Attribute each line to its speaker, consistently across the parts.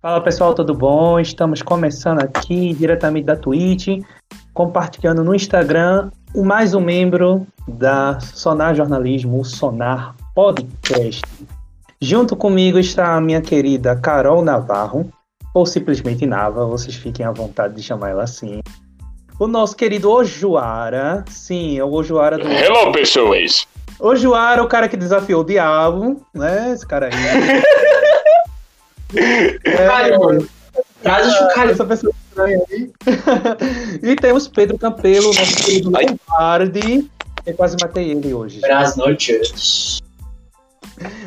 Speaker 1: Fala pessoal, tudo bom? Estamos começando aqui diretamente da Twitch, compartilhando no Instagram mais um membro da Sonar Jornalismo, o Sonar Podcast. Junto comigo está a minha querida Carol Navarro, ou simplesmente Nava, vocês fiquem à vontade de chamar ela assim. O nosso querido Ojuara, sim, é o Ojuara do.
Speaker 2: Hello, pessoas!
Speaker 1: Ojuara, o cara que desafiou o diabo, né? Esse cara aí. É, Ah,
Speaker 3: Caralho, mano. Traz o chocalho.
Speaker 1: essa pessoa estranha aí. e temos Pedro Campelo, nosso querido
Speaker 2: Ai.
Speaker 1: Lombardi. Eu quase matei ele hoje.
Speaker 3: Boas noites.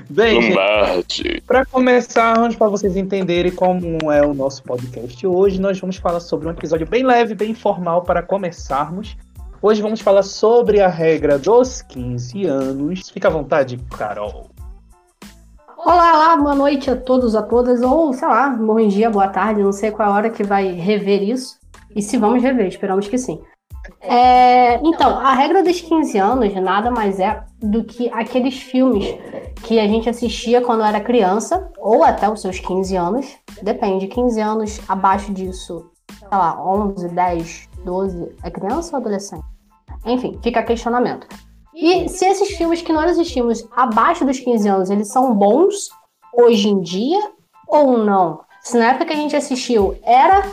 Speaker 1: Bem,
Speaker 2: Hum.
Speaker 1: gente,
Speaker 2: Lombardi.
Speaker 1: Para começarmos, para vocês entenderem como é o nosso podcast hoje, nós vamos falar sobre um episódio bem leve, bem informal para começarmos. Hoje vamos falar sobre a regra dos 15 anos. Fica à vontade, Carol.
Speaker 4: Olá, olá, boa noite a todos, a todas, ou sei lá, bom dia, boa tarde, não sei qual é a hora que vai rever isso. E se vamos rever, esperamos que sim. É, então, a regra dos 15 anos nada mais é do que aqueles filmes que a gente assistia quando era criança, ou até os seus 15 anos, depende, 15 anos abaixo disso, sei lá, 11, 10, 12, é criança ou adolescente? Enfim, fica questionamento. E se esses filmes que nós assistimos abaixo dos 15 anos, eles são bons hoje em dia ou não? Se na época que a gente assistiu era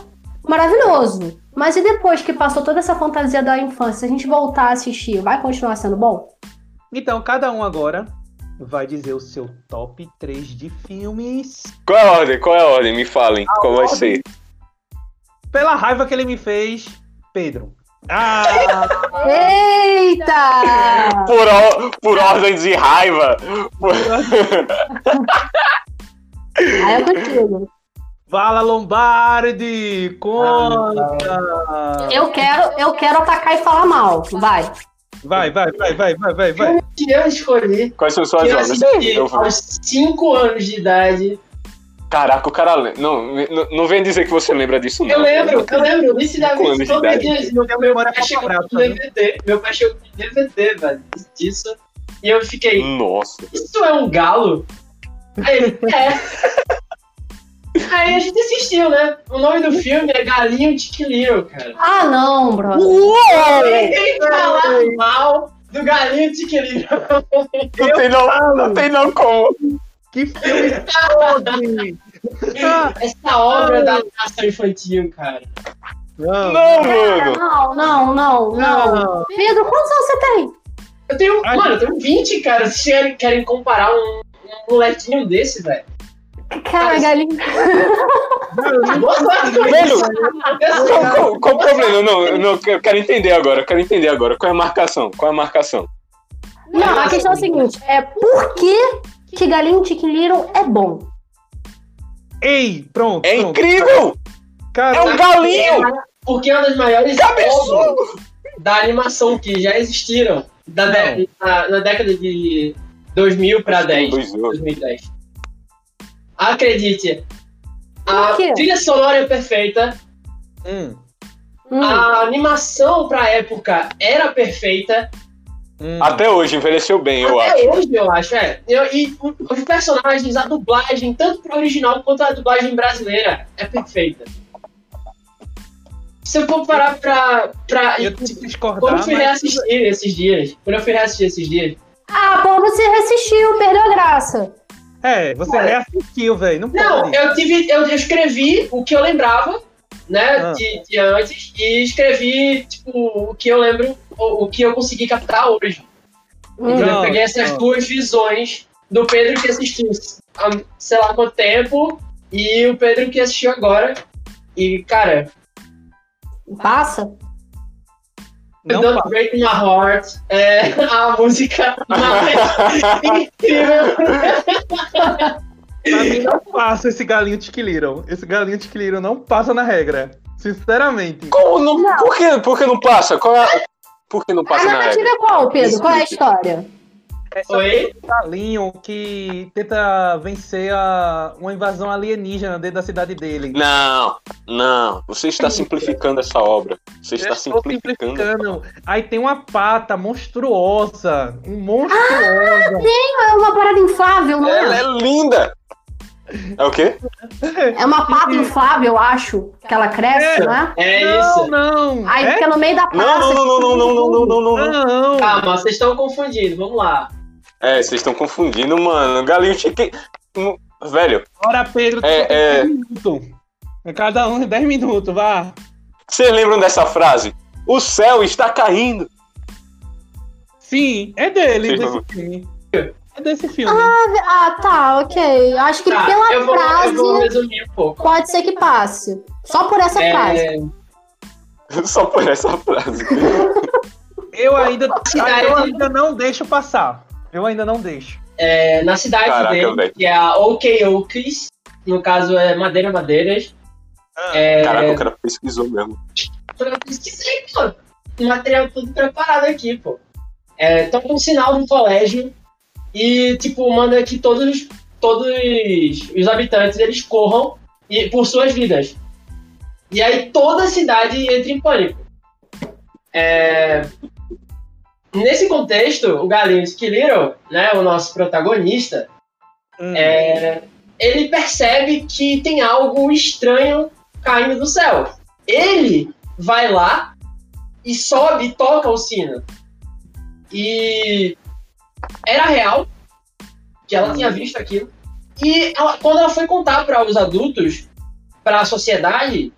Speaker 4: maravilhoso, mas e depois que passou toda essa fantasia da infância, se a gente voltar a assistir, vai continuar sendo bom?
Speaker 1: Então, cada um agora vai dizer o seu top 3 de filmes.
Speaker 2: Qual é a ordem? Qual é a ordem? Me falem. Qual vai ser?
Speaker 3: tá-
Speaker 1: Pela raiva que ele me fez, Pedro. Ah,
Speaker 4: Eita!
Speaker 2: Por, or- por ordem de raiva. Por-
Speaker 4: Aí é contigo.
Speaker 1: Fala Lombardi! Conta!
Speaker 4: Eu quero, eu quero atacar e falar mal. Vai.
Speaker 1: Vai, vai, vai, vai, vai, vai, vai.
Speaker 3: Que eu escolhi.
Speaker 2: Quais são
Speaker 3: Que
Speaker 2: suas
Speaker 3: eu
Speaker 2: obras?
Speaker 3: assisti
Speaker 2: Eu vou-
Speaker 3: aos 5 anos de idade.
Speaker 2: Caraca, o cara. le- Não, não, não vem dizer que você lembra disso, não.
Speaker 3: Eu lembro, eu lembro. Eu disse da
Speaker 2: Cinco anos de
Speaker 3: vez todo
Speaker 2: idade.
Speaker 3: dia. Meu,
Speaker 1: Minha
Speaker 3: meu
Speaker 1: memória
Speaker 3: pai
Speaker 1: é
Speaker 3: chegou
Speaker 1: fraca,
Speaker 3: com
Speaker 1: né?
Speaker 3: DVD. Meu pai chegou com DVD, velho. Disso. E eu
Speaker 2: Hum.
Speaker 3: fiquei,
Speaker 2: Nossa.
Speaker 3: isso é um galo? Aí ele, é. Aí a gente assistiu, né? O nome do filme é Galinho Tiquilinho, cara.
Speaker 4: Ah, não, brother.
Speaker 2: Uou!
Speaker 3: Ninguém falar mal do Galinho Tiquilinho.
Speaker 2: Não tem não, não tem não como.
Speaker 1: Que filme podre! Ah,
Speaker 3: Essa obra da animação infantil, cara.
Speaker 1: não,
Speaker 2: Não, mano.
Speaker 4: Não, não, não, não.
Speaker 1: não.
Speaker 4: Pedro, quantos anos você tem?
Speaker 3: Eu tenho,
Speaker 1: Ai.
Speaker 3: mano, eu tenho 20, cara. Vocês querem, querem comparar um, um molequinho desse, velho?
Speaker 4: Cara, galinha. Tá
Speaker 3: Boa sorte com
Speaker 2: Velho,
Speaker 3: isso. Eu sou-
Speaker 2: Qual, qual- qual o problema? Não, eu não, eu quero entender agora, eu quero entender agora. Qual é a marcação? Qual é a marcação?
Speaker 4: Não, a questão é a
Speaker 2: assim,
Speaker 4: seguinte: é por que, que Galinho Chicken Little é bom?
Speaker 1: Ei, pronto,
Speaker 2: É
Speaker 1: pronto.
Speaker 2: incrível! É
Speaker 1: Cara,
Speaker 2: um galinho!
Speaker 3: Porque é uma das maiores
Speaker 2: Cabeçudo!
Speaker 3: obras da animação que já existiram da dé- na, na década de 2000 pra 10.
Speaker 2: Dois anos.
Speaker 3: 2010. Acredite, a
Speaker 4: Por quê?
Speaker 3: trilha sonora é perfeita.
Speaker 1: hum,
Speaker 4: Hum.
Speaker 2: Ah.
Speaker 3: A animação pra época era perfeita.
Speaker 1: hum.
Speaker 2: Até hoje, envelheceu bem, eu
Speaker 3: até
Speaker 2: acho.
Speaker 3: hoje, eu acho, é. Eu- e o- os personagens, a dublagem, tanto pro original quanto a dublagem brasileira, é perfeita. Se eu for parar pra. pra
Speaker 1: Eu tenho que
Speaker 3: quando eu
Speaker 1: discordar,
Speaker 3: fui
Speaker 1: mas...
Speaker 3: reassistir esses dias. Quando eu fui reassistir esses dias.
Speaker 4: Ah, pô, você assistiu, perdeu a graça.
Speaker 1: É, você
Speaker 3: Olha.
Speaker 1: reassistiu, velho. Não
Speaker 3: Não,
Speaker 1: pode.
Speaker 3: eu tive. Eu escrevi o que eu lembrava, né?
Speaker 1: Ah.
Speaker 3: De, de antes. E escrevi, tipo, o que eu lembro, o, o que eu consegui captar hoje.
Speaker 4: Hum.
Speaker 3: Então,
Speaker 1: Não,
Speaker 3: eu peguei essas
Speaker 1: não.
Speaker 3: duas visões do Pedro que assistiu há sei lá quanto tempo e o Pedro que assistiu agora. E, cara,
Speaker 2: Hum.
Speaker 4: Passa.
Speaker 1: Não
Speaker 3: Don't
Speaker 1: passa.
Speaker 3: Break My Heart é a música mais incrível.
Speaker 1: Pra mim não passa esse galinho tiquiliram. Esse galinho tiquiliram não passa na regra. Sinceramente.
Speaker 2: Como não-
Speaker 4: Não.
Speaker 2: Por, que, por que não passa? Qual é a- Por que não
Speaker 4: A
Speaker 2: passa na
Speaker 4: narrativa
Speaker 2: regra?
Speaker 4: é qual, Pedro? Qual é a
Speaker 2: Explique.
Speaker 4: história?
Speaker 1: É só
Speaker 3: Oi?
Speaker 1: um galinho que tenta vencer a- uma invasão alienígena dentro da cidade dele.
Speaker 2: Não, não. Você está simplificando essa obra. Você
Speaker 1: Eu
Speaker 2: está
Speaker 1: estou
Speaker 2: simplificando.
Speaker 1: É Aí tem uma pata monstruosa. Um monstruosa.
Speaker 4: É uma parada inflável, não
Speaker 2: Ela
Speaker 4: é?
Speaker 2: é linda! É o quê?
Speaker 5: É uma pata
Speaker 2: Uhum.
Speaker 5: inflável, eu acho, que ela cresce,
Speaker 1: É.
Speaker 5: não é?
Speaker 3: É
Speaker 1: não,
Speaker 3: isso.
Speaker 1: não.
Speaker 5: Aí
Speaker 1: é?
Speaker 5: fica no meio da
Speaker 4: Ah,
Speaker 2: Não,
Speaker 5: praça.
Speaker 2: não, não, não, não, não, não, não, não, não.
Speaker 1: não.
Speaker 3: Calma, vocês estão confundindo, vamos lá.
Speaker 2: É, vocês estão confundindo, mano. Galinho chique. Hum, Velho,
Speaker 1: Ora, Pedro, tu
Speaker 2: É,
Speaker 1: só tem
Speaker 2: é.
Speaker 1: 10 minutos. É Cada um 10 minutos, vá.
Speaker 2: vocês lembram dessa frase? O céu está caindo.
Speaker 1: Sim, é dele,
Speaker 2: Sim,
Speaker 1: desse
Speaker 2: vamos.
Speaker 1: filme. É desse filme.
Speaker 4: Ah, tá, ok. Eu acho que
Speaker 3: Tá,
Speaker 4: pela
Speaker 3: eu vou,
Speaker 4: frase
Speaker 3: eu vou resumir um pouco.
Speaker 4: pode ser que passe. Só por essa frase.
Speaker 3: É,
Speaker 2: Só por essa frase.
Speaker 1: Eu ainda,
Speaker 3: Cidade.
Speaker 1: eu ainda não deixo passar. Eu ainda não deixo.
Speaker 3: é, na cidade
Speaker 2: Caraca,
Speaker 3: dele,
Speaker 2: velho.
Speaker 3: que é a OK Oaks, no caso é Madeira Madeiras. É,
Speaker 2: Caraca, o cara pesquisou mesmo.
Speaker 3: Eu pesquisei, pô. O material tudo preparado aqui, pô. É, toca um sinal no colégio e, tipo, manda que todos, todos os habitantes eles corram e, por suas vidas. E aí toda a cidade entra em pânico. É, nesse contexto, o Galinho Esquiliro, né, o nosso protagonista,
Speaker 1: Hum.
Speaker 3: é, ele percebe que tem algo estranho caindo do céu. Ele vai lá e sobe e toca o sino. E era real que ela tinha visto aquilo. E ela- quando ela foi contar para os adultos, para a sociedade,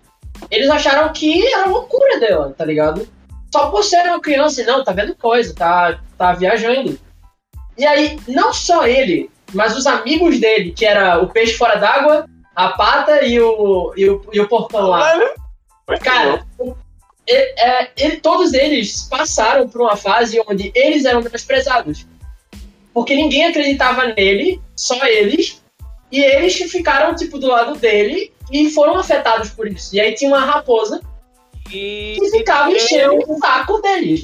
Speaker 3: eles acharam que era loucura dela, tá ligado? Só por ser uma criança, não, tá vendo coisa, tá, tá viajando. E aí, não só ele, mas os amigos dele, que era o peixe fora d'água, a pata e o, e o, e o porcão lá.
Speaker 2: Muito bom.
Speaker 3: Cara, o- e- é, ele- todos eles passaram por uma fase onde eles eram menosprezados. Porque ninguém acreditava nele, só eles. E eles ficaram, tipo, do lado dele e foram afetados por isso. E aí tinha uma raposa
Speaker 1: E,
Speaker 3: que ficava enchendo o saco deles.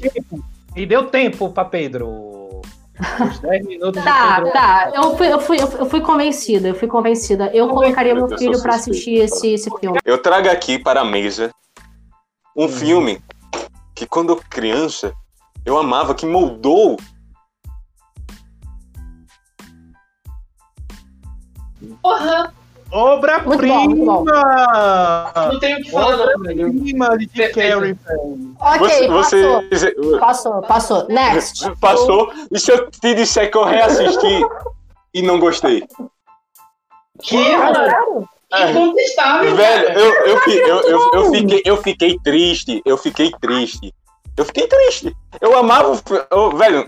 Speaker 1: e deu tempo pra Pedro. Os 10 minutos de
Speaker 5: Tá,
Speaker 1: Pedro.
Speaker 5: tá. Eu fui, eu, fui, eu fui- eu fui convencida, eu fui convencida. Eu colocaria meu
Speaker 2: Eu sou
Speaker 5: filho pra
Speaker 2: suspeito,
Speaker 5: assistir esse, esse filme.
Speaker 2: Eu trago aqui para a mesa um filme que quando criança eu amava, que moldou.
Speaker 3: Porra,
Speaker 5: Muito bom, muito bom.
Speaker 1: Obra-prima!
Speaker 3: não tenho o que falar, não, velho.
Speaker 1: Prima de Jim
Speaker 3: Perfeito.
Speaker 1: Carrey, velho.
Speaker 5: Ok,
Speaker 2: você,
Speaker 5: passou.
Speaker 2: você-
Speaker 5: Passou, passou. Next.
Speaker 2: passou. E se eu te disser que eu reassisti e não gostei?
Speaker 3: Que, mano, incontestável,
Speaker 2: Velho,
Speaker 3: cara.
Speaker 2: eu, eu, fi- eu, eu, eu fiquei, eu fiquei triste, eu fiquei triste. Eu fiquei triste. Eu amava o fi- eu- velho,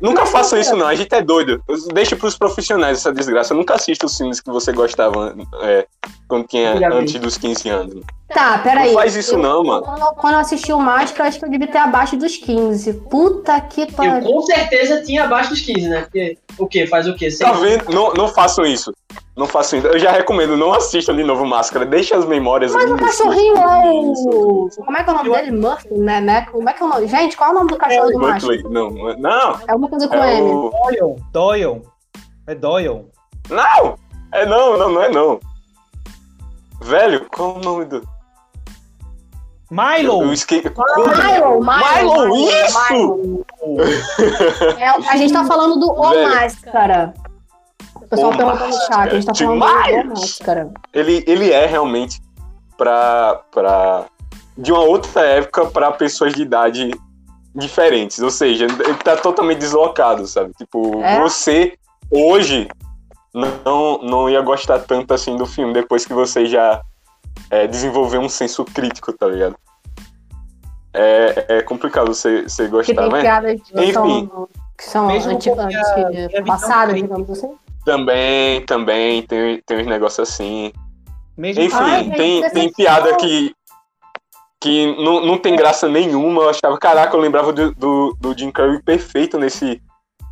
Speaker 2: nunca façam isso não, a gente é doido. Deixa pros profissionais essa desgraça. Eu nunca assisto os filmes que você gostava é, quando tinha
Speaker 3: Já vi.
Speaker 2: antes dos 15 anos.
Speaker 5: Tá,
Speaker 2: Não
Speaker 5: peraí.
Speaker 2: faz isso não, mano.
Speaker 5: Quando eu- Quando eu assisti o Máscara, eu acho que eu devia ter abaixo dos 15. Puta que
Speaker 3: Eu
Speaker 5: pariu.
Speaker 3: com certeza tinha abaixo dos 15, né? Porque o quê? Faz o quê? Sei
Speaker 2: Tá
Speaker 3: lá.
Speaker 2: vendo? Não, não façam isso. Não façam isso. Eu já recomendo, não assistam de novo Máscara. Deixa as memórias
Speaker 5: Mas o
Speaker 2: lindas.
Speaker 5: cachorrinho é o. Como é que é o nome dele? Murphy, né? Mac? Como é que é o nome? Gente, qual é o nome do cachorro do Máscara?
Speaker 2: Buckley. Não, não.
Speaker 5: É uma coisa com
Speaker 2: É
Speaker 5: M.
Speaker 2: o...
Speaker 1: Doyle. Doyle. É Doyle.
Speaker 2: Não! É não, não, não é não. Velho, qual o nome do.
Speaker 1: Milo!
Speaker 2: Eu esqueci.
Speaker 5: Milo, Milo,
Speaker 2: Milo, isso!
Speaker 5: É, a gente tá falando do O
Speaker 2: Velho.
Speaker 5: Máscara. O pessoal
Speaker 2: O
Speaker 5: perguntou no chat, a gente tá falando
Speaker 2: Demais!
Speaker 5: do O Máscara.
Speaker 2: Ele, ele é realmente pra, pra. De uma outra época pra pessoas de idade diferentes. Ou seja, ele tá totalmente deslocado, sabe? Tipo,
Speaker 5: É.
Speaker 2: você hoje não, não ia gostar tanto assim do filme depois que você já é, desenvolveu um senso crítico, tá ligado? É, é complicado você, você
Speaker 5: Que
Speaker 2: gostar,
Speaker 5: tem
Speaker 2: né?
Speaker 5: piadas que
Speaker 2: Enfim.
Speaker 5: são, que são
Speaker 1: Mesmo
Speaker 5: antigas,
Speaker 1: porque a-
Speaker 5: antigas,
Speaker 1: a visão
Speaker 5: passadas,
Speaker 1: tem-
Speaker 5: digamos assim.
Speaker 2: Também, também, tem, tem uns negócios assim.
Speaker 1: Mesmo assim,
Speaker 2: Enfim,
Speaker 5: Ai,
Speaker 1: Ai,
Speaker 5: gente,
Speaker 2: tem, tem
Speaker 5: decepção.
Speaker 2: piada que, que não, não tem graça nenhuma. Eu achava, caraca, eu lembrava do, do, do Jim Carrey perfeito nesse,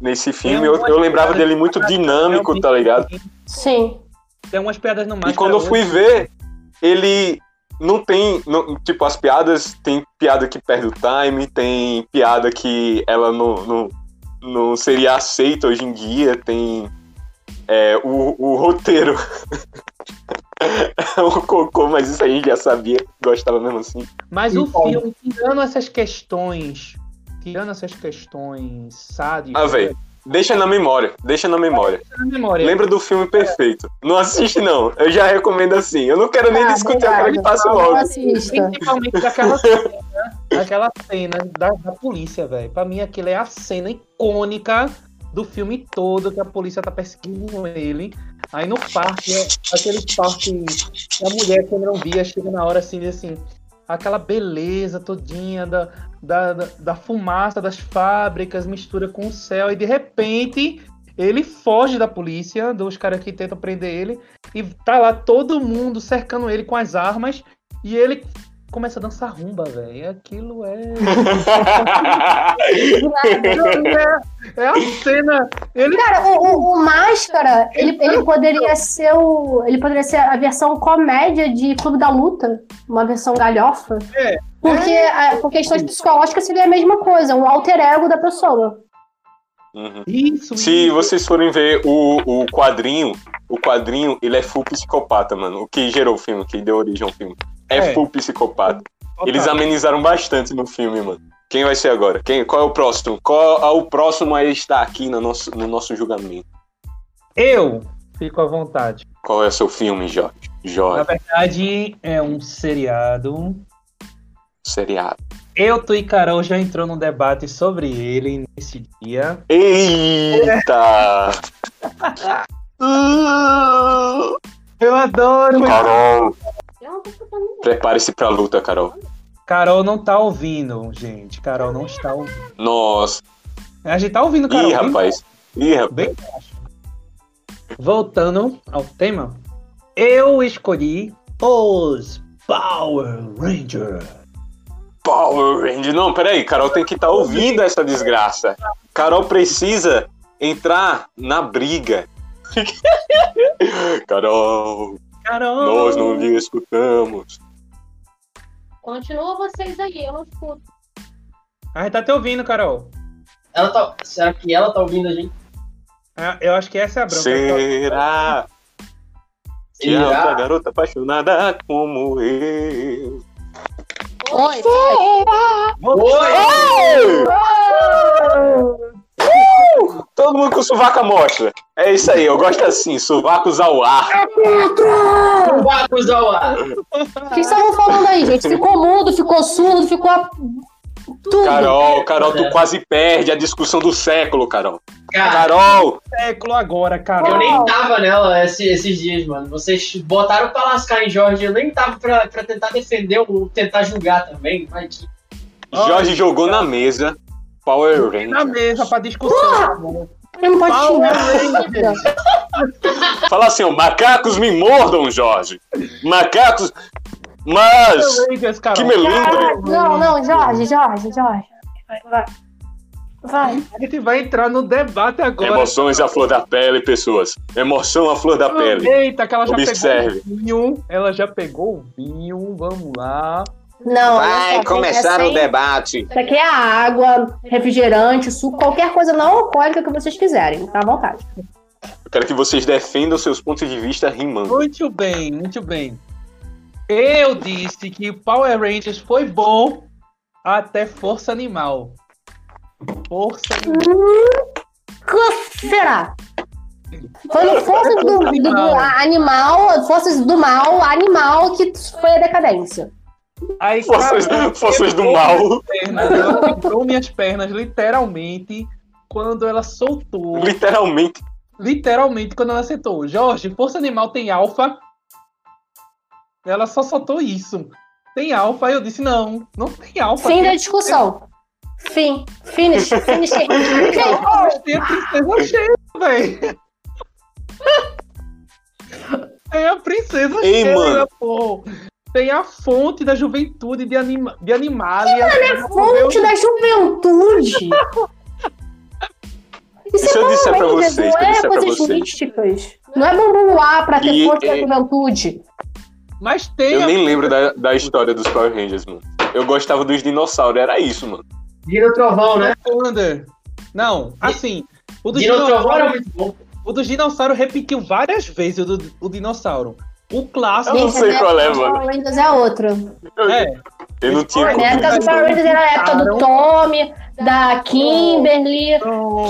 Speaker 2: nesse filme. Eu, eu lembrava dele muito dinâmico, tá ligado?
Speaker 5: Sim.
Speaker 1: Tem umas pedras no mar. é
Speaker 2: E quando
Speaker 4: é
Speaker 2: eu fui ver, ele não tem. não- tipo, as piadas. Tem piada que perde o time, tem piada que ela não, não, não seria aceita hoje em dia, tem. é, o, o roteiro é um cocô, mas isso aí a gente já sabia, gostava mesmo assim.
Speaker 1: Mas o
Speaker 3: Então.
Speaker 1: filme, tirando essas questões. Tirando essas questões sádicas.
Speaker 2: Ah, velho. Deixa na memória, deixa na memória.
Speaker 1: Na memória.
Speaker 2: Lembra do filme perfeito. Não assiste, não. Eu já recomendo assim. Eu não quero nem
Speaker 4: Ah,
Speaker 2: discutir
Speaker 4: obrigada.
Speaker 2: aquela que passa
Speaker 4: Não, não
Speaker 2: logo.
Speaker 4: assista.
Speaker 1: Principalmente daquela cena, né? Aquela cena da, da polícia, velho. Pra mim, aquilo é a cena icônica do filme todo, que a polícia tá perseguindo ele. Aí no parque, né? aquele parque, a mulher que não via, chega na hora assim, diz assim, aquela beleza todinha da, da, da, da fumaça das fábricas, mistura com o céu, e de repente ele foge da polícia, dos caras que tentam prender ele, e tá lá todo mundo cercando ele com as armas, e ele começa a dançar rumba, velho. Aquilo é. é, é a cena. Ele
Speaker 4: Cara, o, o- o Máscara, ele, ele poderia ser o. Ele poderia ser a versão comédia de Clube da Luta, uma versão galhofa.
Speaker 1: É.
Speaker 4: Porque é, por questões psicológicas seria a mesma coisa, um alter ego da pessoa.
Speaker 2: Uhum.
Speaker 1: Isso,
Speaker 2: Se
Speaker 1: isso.
Speaker 2: vocês forem ver o, o quadrinho, o quadrinho, ele é full psicopata, mano. O que gerou o filme, que deu origem ao filme. É,
Speaker 1: É.
Speaker 2: full psicopata.
Speaker 1: Total.
Speaker 2: Eles amenizaram bastante no filme, mano. Quem vai ser agora? Quem, qual é o próximo? Qual é o próximo a estar aqui no nosso, no nosso julgamento?
Speaker 1: Eu fico à vontade.
Speaker 2: Qual é o seu filme, Jorge?
Speaker 1: Na
Speaker 2: Jorge,
Speaker 1: verdade, é um seriado.
Speaker 2: seriado.
Speaker 1: Eu, tu e Carol já entrou num debate sobre ele nesse dia.
Speaker 2: Eita!
Speaker 1: Eu adoro. mas
Speaker 2: Carol, prepare-se pra luta, Carol.
Speaker 1: Carol não tá ouvindo, gente. Carol não está ouvindo.
Speaker 2: Nossa.
Speaker 1: A gente tá ouvindo, Carol.
Speaker 2: Ih,
Speaker 1: bem-
Speaker 2: rapaz. Ih, rapaz.
Speaker 1: Bem baixo. Voltando ao tema, eu escolhi os Power Rangers.
Speaker 2: Power Ranger. Não, peraí, Carol tem que estar ouvindo essa desgraça. Carol precisa entrar na briga. Carol,
Speaker 1: Carol!
Speaker 2: nós não lhe escutamos.
Speaker 6: Continua vocês aí, eu não escuto.
Speaker 1: A gente tá te ouvindo, Carol.
Speaker 3: Ela tá. Será que ela tá ouvindo a gente?
Speaker 1: Ah, Eu acho que essa é a branca.
Speaker 2: Será que é, há outra
Speaker 3: Será?
Speaker 2: garota apaixonada como eu?
Speaker 6: Oi,
Speaker 3: Oi!
Speaker 2: Uh! Todo mundo com sovaco à mostra. É isso aí, eu gosto assim, sovacos ao ar.
Speaker 3: Vamos ao ar!
Speaker 4: O que vocês estavam falando aí, gente? Ficou mudo, ficou surdo, ficou a- tudo.
Speaker 2: Carol, Carol, tu quase perde a discussão do século, Carol.
Speaker 3: Cara,
Speaker 2: Carol,
Speaker 1: século agora,
Speaker 3: eu
Speaker 1: Carol.
Speaker 3: nem tava nela esse- esses dias, mano. Vocês botaram pra lascar em Jorge, eu nem tava pra, pra tentar defender ou tentar julgar também. Mas que
Speaker 2: Jorge jogou na mesa Power
Speaker 1: Na
Speaker 2: Ranger.
Speaker 1: mesa pra discussão.
Speaker 4: Ele não pode
Speaker 1: Power
Speaker 4: xingar.
Speaker 1: Rangers.
Speaker 2: Fala assim, ó, macacos me mordam, Jorge. Macacos. Mas.
Speaker 1: Power Rangers, Carol.
Speaker 2: Que melindre.
Speaker 4: Não, não, Jorge, Jorge, Jorge. Vai, vai. Vai.
Speaker 1: A gente vai entrar no debate agora.
Speaker 2: Emoções à flor da pele, pessoas. Emoção à flor da pele.
Speaker 1: Eita, que ela já
Speaker 2: Observe.
Speaker 1: pegou o vinho. Ela já pegou o vinho. Vamos lá.
Speaker 4: Não, olha só, gente, é sem-
Speaker 2: debate.
Speaker 4: Isso aqui é água, refrigerante, suco, qualquer coisa não alcoólica que vocês quiserem, tá à vontade.
Speaker 2: Eu quero que vocês defendam seus pontos de vista rimando.
Speaker 1: Muito bem, muito bem. Eu disse que Power Rangers foi bom até Força Animal. Força Animal.
Speaker 4: Que será? Foi no Forças do, do- do- a- Animal, Forças do Mal, Animal, que foi a decadência.
Speaker 1: Aí,
Speaker 2: Forças,
Speaker 1: cara,
Speaker 2: forças do
Speaker 1: quebrou
Speaker 2: mal.
Speaker 1: minhas pernas, Ela quebrou minhas pernas, literalmente, quando ela soltou.
Speaker 2: Literalmente.
Speaker 1: Literalmente, quando ela sentou. Jorge, Força Animal tem alfa. Ela só soltou isso. Tem alfa. Aí eu disse, não, não tem alfa.
Speaker 4: Fim
Speaker 1: tem
Speaker 4: da discussão. Fim. Finish. Finish. Fim.
Speaker 1: Mas tem a princesa cheia, velho. Tem a princesa
Speaker 2: Ei,
Speaker 1: cheia,
Speaker 2: mano.
Speaker 1: pô. Tem a fonte da juventude de, anima de animalia.
Speaker 4: Fonte da juventude.
Speaker 2: E se eu disser pra
Speaker 4: Power
Speaker 2: vocês,
Speaker 4: Rangers, não
Speaker 2: se eu disser
Speaker 4: é
Speaker 2: pra
Speaker 4: coisas
Speaker 2: vocês?
Speaker 4: místicas. Não é bumbum lá pra ter
Speaker 2: E- é.
Speaker 4: força da
Speaker 2: e-
Speaker 4: juventude.
Speaker 1: Mas tem
Speaker 2: Eu
Speaker 1: a...
Speaker 2: nem lembro da, da história dos Power Rangers, mano. Eu gostava dos dinossauros, era isso, mano.
Speaker 3: Vira o trovão, né?
Speaker 1: Thunder. Não, assim... O do,
Speaker 3: Vira o trovão era
Speaker 1: dinossauro, é um-
Speaker 3: muito bom.
Speaker 1: o do dinossauro repetiu várias vezes o do o dinossauro. O clássico...
Speaker 2: Eu não sei qual é, mano.
Speaker 4: Power Rangers é outro.
Speaker 2: Eu,
Speaker 1: É.
Speaker 2: Eu não tinha
Speaker 4: Na
Speaker 2: como.
Speaker 4: época do Power Rangers era a época do Tommy, da Kimberly,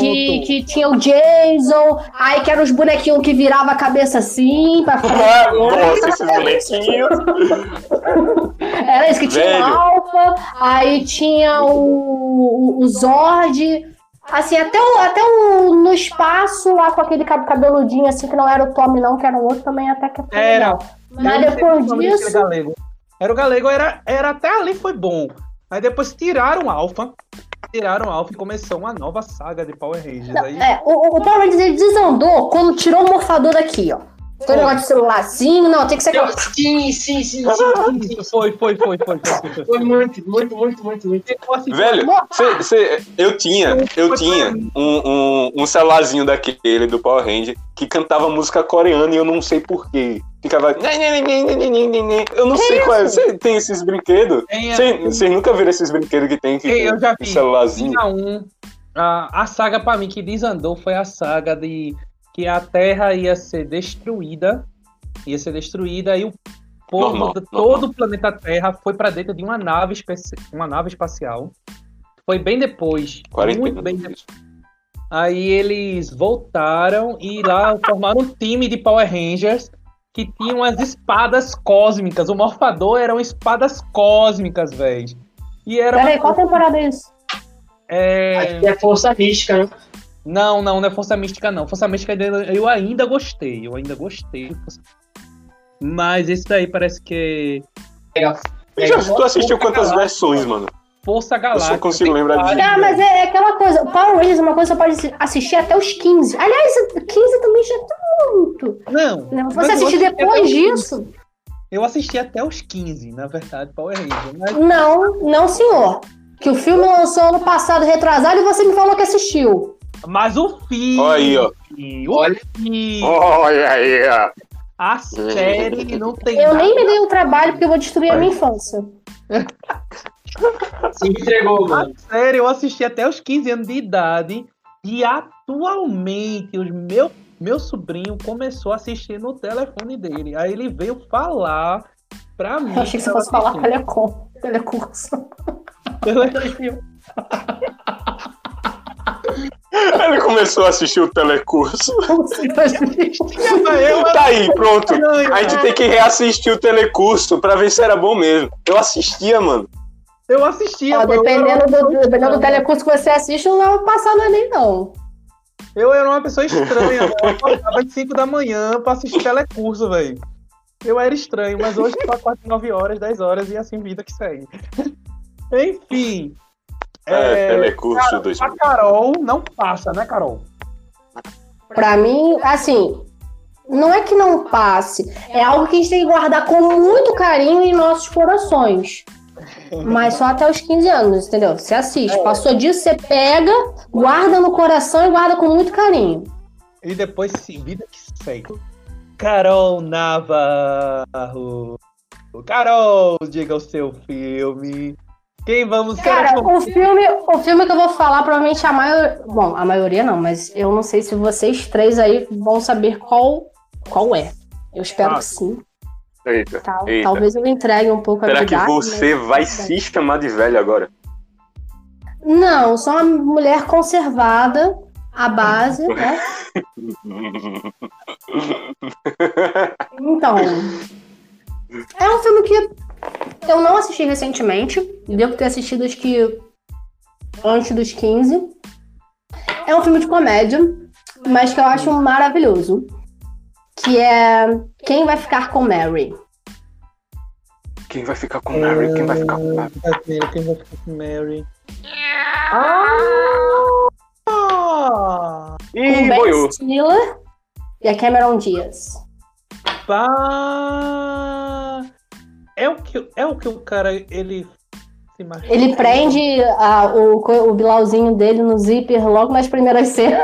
Speaker 4: que, que tinha o Jason, aí que eram os bonequinhos que virava a cabeça assim pra frente.
Speaker 2: Ah, Nossa, esses bonequinhos.
Speaker 4: Era isso que tinha
Speaker 2: Velho.
Speaker 4: o Alpha, aí tinha o, o, o Zord. Assim, até, o, até o, no espaço lá com aquele cab- cabeludinho assim, que não era o Tommy, não, que era um outro também, até que foi
Speaker 1: Era.
Speaker 4: legal. Mas
Speaker 1: Eu não sei
Speaker 4: depois
Speaker 1: o nome daquele
Speaker 4: disso,
Speaker 1: galego. Era o galego, era, era até ali foi bom. Aí depois tiraram o Alpha. Tiraram o Alpha e começou uma nova saga de Power Rangers. aí,
Speaker 4: é, o, o Power Rangers ele desandou quando tirou o morfador daqui, ó. Foi um negócio de celularzinho, não, tem que ser aquela
Speaker 3: Sim, sim, sim, sim, sim, sim.
Speaker 1: Foi, foi, foi, foi, foi, foi,
Speaker 3: Foi muito, muito, muito, muito, muito.
Speaker 1: foi. Assim,
Speaker 2: Velho, cê- cê- eu tinha, eu tinha um, um, um celularzinho daquele do Power Ranger que cantava música coreana e eu não sei porquê. Ficava. "Nhe, nhe, nhe, nhe, nhe, nhe, nhe, nhe". Eu não sei qual é. Você tem esses brinquedos?
Speaker 1: tem a-
Speaker 2: Vocês nunca viram esses brinquedos que tem que
Speaker 1: Ei, eu já
Speaker 2: um
Speaker 1: vi.
Speaker 2: celularzinho?
Speaker 1: Tinha um. A, a saga pra mim que desandou foi a saga de que a Terra ia ser destruída, ia ser destruída e o povo
Speaker 2: Normal,
Speaker 1: de
Speaker 2: normal.
Speaker 1: todo o planeta Terra foi pra dentro de uma nave especi- uma nave espacial. Foi bem depois, muito bem depois.
Speaker 2: Quarentena.
Speaker 1: Aí eles voltaram e lá formaram um time de Power Rangers que tinham as espadas cósmicas. O Morfador eram espadas cósmicas, velho. E era
Speaker 4: Peraí, qual temporada é isso?
Speaker 1: é,
Speaker 3: Acho que é força mística, né?
Speaker 1: Não, não, não é Força Mística, não. Força Mística ainda- eu ainda gostei, eu ainda gostei. de Força- Mas esse daí parece que é
Speaker 2: Já, tu assistiu quantas versões, mano?
Speaker 1: é Força
Speaker 2: Eu
Speaker 1: Galáctica.
Speaker 2: só consigo lembrar
Speaker 1: Tem
Speaker 2: de.
Speaker 4: Ah, mas é, é aquela coisa. O Power Rangers é uma coisa que você pode assistir até os 15. Aliás, 15 também já tá muito.
Speaker 1: vários. Não.
Speaker 4: Né?
Speaker 1: mas
Speaker 4: Você
Speaker 1: eu é
Speaker 4: assistir
Speaker 1: assisti até
Speaker 4: depois
Speaker 1: os 15.
Speaker 4: disso?
Speaker 1: Eu assisti até os 15, na verdade, Power Ranger. Mas
Speaker 4: Não, não, senhor. Que o filme lançou ano passado, retrasado, e você me falou que assistiu.
Speaker 1: Mas o filme.
Speaker 2: Olha aí, ó.
Speaker 1: Olha aí.
Speaker 2: Olha aí, ó.
Speaker 1: A série não tem.
Speaker 4: Eu
Speaker 1: nada.
Speaker 4: nem me dei o trabalho porque eu vou destruir a minha infância.
Speaker 3: Se entregou, mano.
Speaker 1: A série eu assisti até os 15 anos de idade. E atualmente, os meu, meu sobrinho começou a assistir no telefone dele. Aí ele veio falar pra mim.
Speaker 4: Eu achei que você
Speaker 1: tava
Speaker 4: fosse falar
Speaker 1: assistindo.
Speaker 4: telecom. Telecurso.
Speaker 2: Ele começou a assistir o telecurso.
Speaker 1: Eu
Speaker 2: Tá aí, pronto.
Speaker 1: estranho.
Speaker 2: A gente tem que reassistir o telecurso pra ver se era bom mesmo. Eu assistia, mano.
Speaker 1: Eu assistia.
Speaker 4: Ó,
Speaker 1: eu era-
Speaker 4: dependendo do, dependendo do telecurso que você assiste, não vai passar no Enem, não.
Speaker 1: Eu era uma pessoa estranha. né? Eu acordava às 5 da manhã pra assistir telecurso, velho. Eu era estranho, mas hoje tá 4, 9 horas, 10 horas e assim vida que segue. Enfim.
Speaker 2: É,
Speaker 1: é,
Speaker 2: telecurso 2000.
Speaker 1: a Carol não passa, né, Carol?
Speaker 4: Pra mim, assim, não é que não passe, é algo que a gente tem que guardar com muito carinho em nossos corações. Mas só até os 15 anos, entendeu? Você assiste.
Speaker 2: É.
Speaker 4: Passou disso, você pega, guarda no coração e guarda com muito carinho.
Speaker 1: E depois se vida que segue. Carol Navarro. Carol, diga o seu filme. Quem vamos
Speaker 4: Cara,
Speaker 1: ser?
Speaker 4: o filme, o filme que eu vou falar, provavelmente a maioria. Bom, a maioria não, mas eu não sei se vocês três aí vão saber qual, qual é. Eu espero
Speaker 1: Ah.
Speaker 4: que sim.
Speaker 2: Eita.
Speaker 4: tal-
Speaker 2: Eita.
Speaker 4: Talvez eu entregue um pouco a
Speaker 2: Será que
Speaker 4: idade,
Speaker 2: você
Speaker 4: mas-
Speaker 2: vai se chamar de velho agora?
Speaker 4: Não, sou uma mulher conservada, à base,
Speaker 2: Uhum.
Speaker 4: né? Então. É um filme que eu não assisti recentemente. Devo ter assistido acho que antes dos 15. É um filme de comédia, mas que eu acho
Speaker 2: Uhum.
Speaker 4: maravilhoso. Que é Quem Vai Ficar com Mary?
Speaker 2: Quem vai ficar com Mary? Quem vai ficar com Mary?
Speaker 1: Quem vai ficar com Mary? Ah!
Speaker 4: Com
Speaker 2: Ih, boiou.
Speaker 4: Ben Stiller e a Cameron Diaz.
Speaker 1: Pá! É o que, é o, que o cara ele se machuca.
Speaker 4: Ele prende a- o, co- o bilauzinho dele no zíper logo nas primeiras cenas.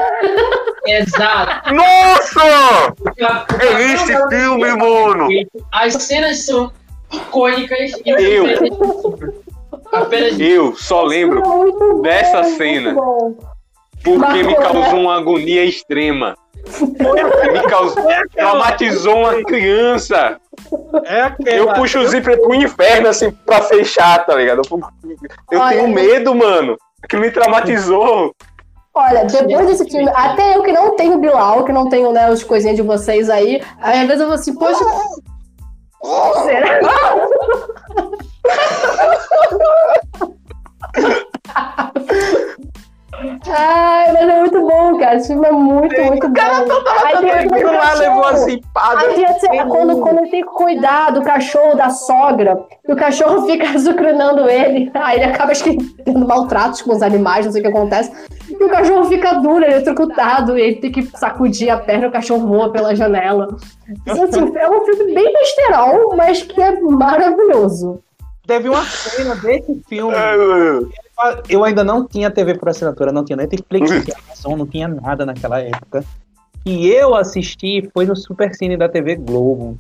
Speaker 3: Exato.
Speaker 2: Nossa! É mano!
Speaker 3: As cenas são icônicas e
Speaker 2: Eu.
Speaker 3: apenas
Speaker 2: Eu só lembro
Speaker 4: É muito bom,
Speaker 2: dessa
Speaker 4: é muito
Speaker 2: cena.
Speaker 4: bom.
Speaker 2: porque me causou uma É agonia extrema. Me causou, traumatizou uma criança.
Speaker 1: É aquele.
Speaker 2: Eu puxo o zíper pro inferno, assim, pra fechar, tá ligado? Eu
Speaker 4: Olha.
Speaker 2: tenho medo, mano. Aquilo me traumatizou.
Speaker 4: Olha, depois desse filme, até eu que não tenho Bilal, que não tenho né, os coisinhas de vocês aí, aí às vezes eu vou assim, poxa. Será? Ai, mas é muito bom, cara. Esse filme é muito, muito bom. Aí tem o filme tá do cachorro.
Speaker 2: zipada.
Speaker 4: Aí tem essa- assim, quando, quando tem que cuidar do cachorro da sogra, e o cachorro fica azucrinando ele, aí ele acaba acho que, tendo maltratos com os animais, não sei o que acontece. E o cachorro fica duro, eletrocutado, e ele tem que sacudir a perna, o cachorro voa pela janela. Então, assim, é um filme bem besterol, mas que é maravilhoso.
Speaker 1: Teve uma cena desse filme.
Speaker 2: Ai, mano.
Speaker 1: Eu ainda não tinha TV por assinatura, não tinha Netflix, não tinha Amazon, não tinha nada naquela época. E eu assisti foi no Supercine da TV Globo.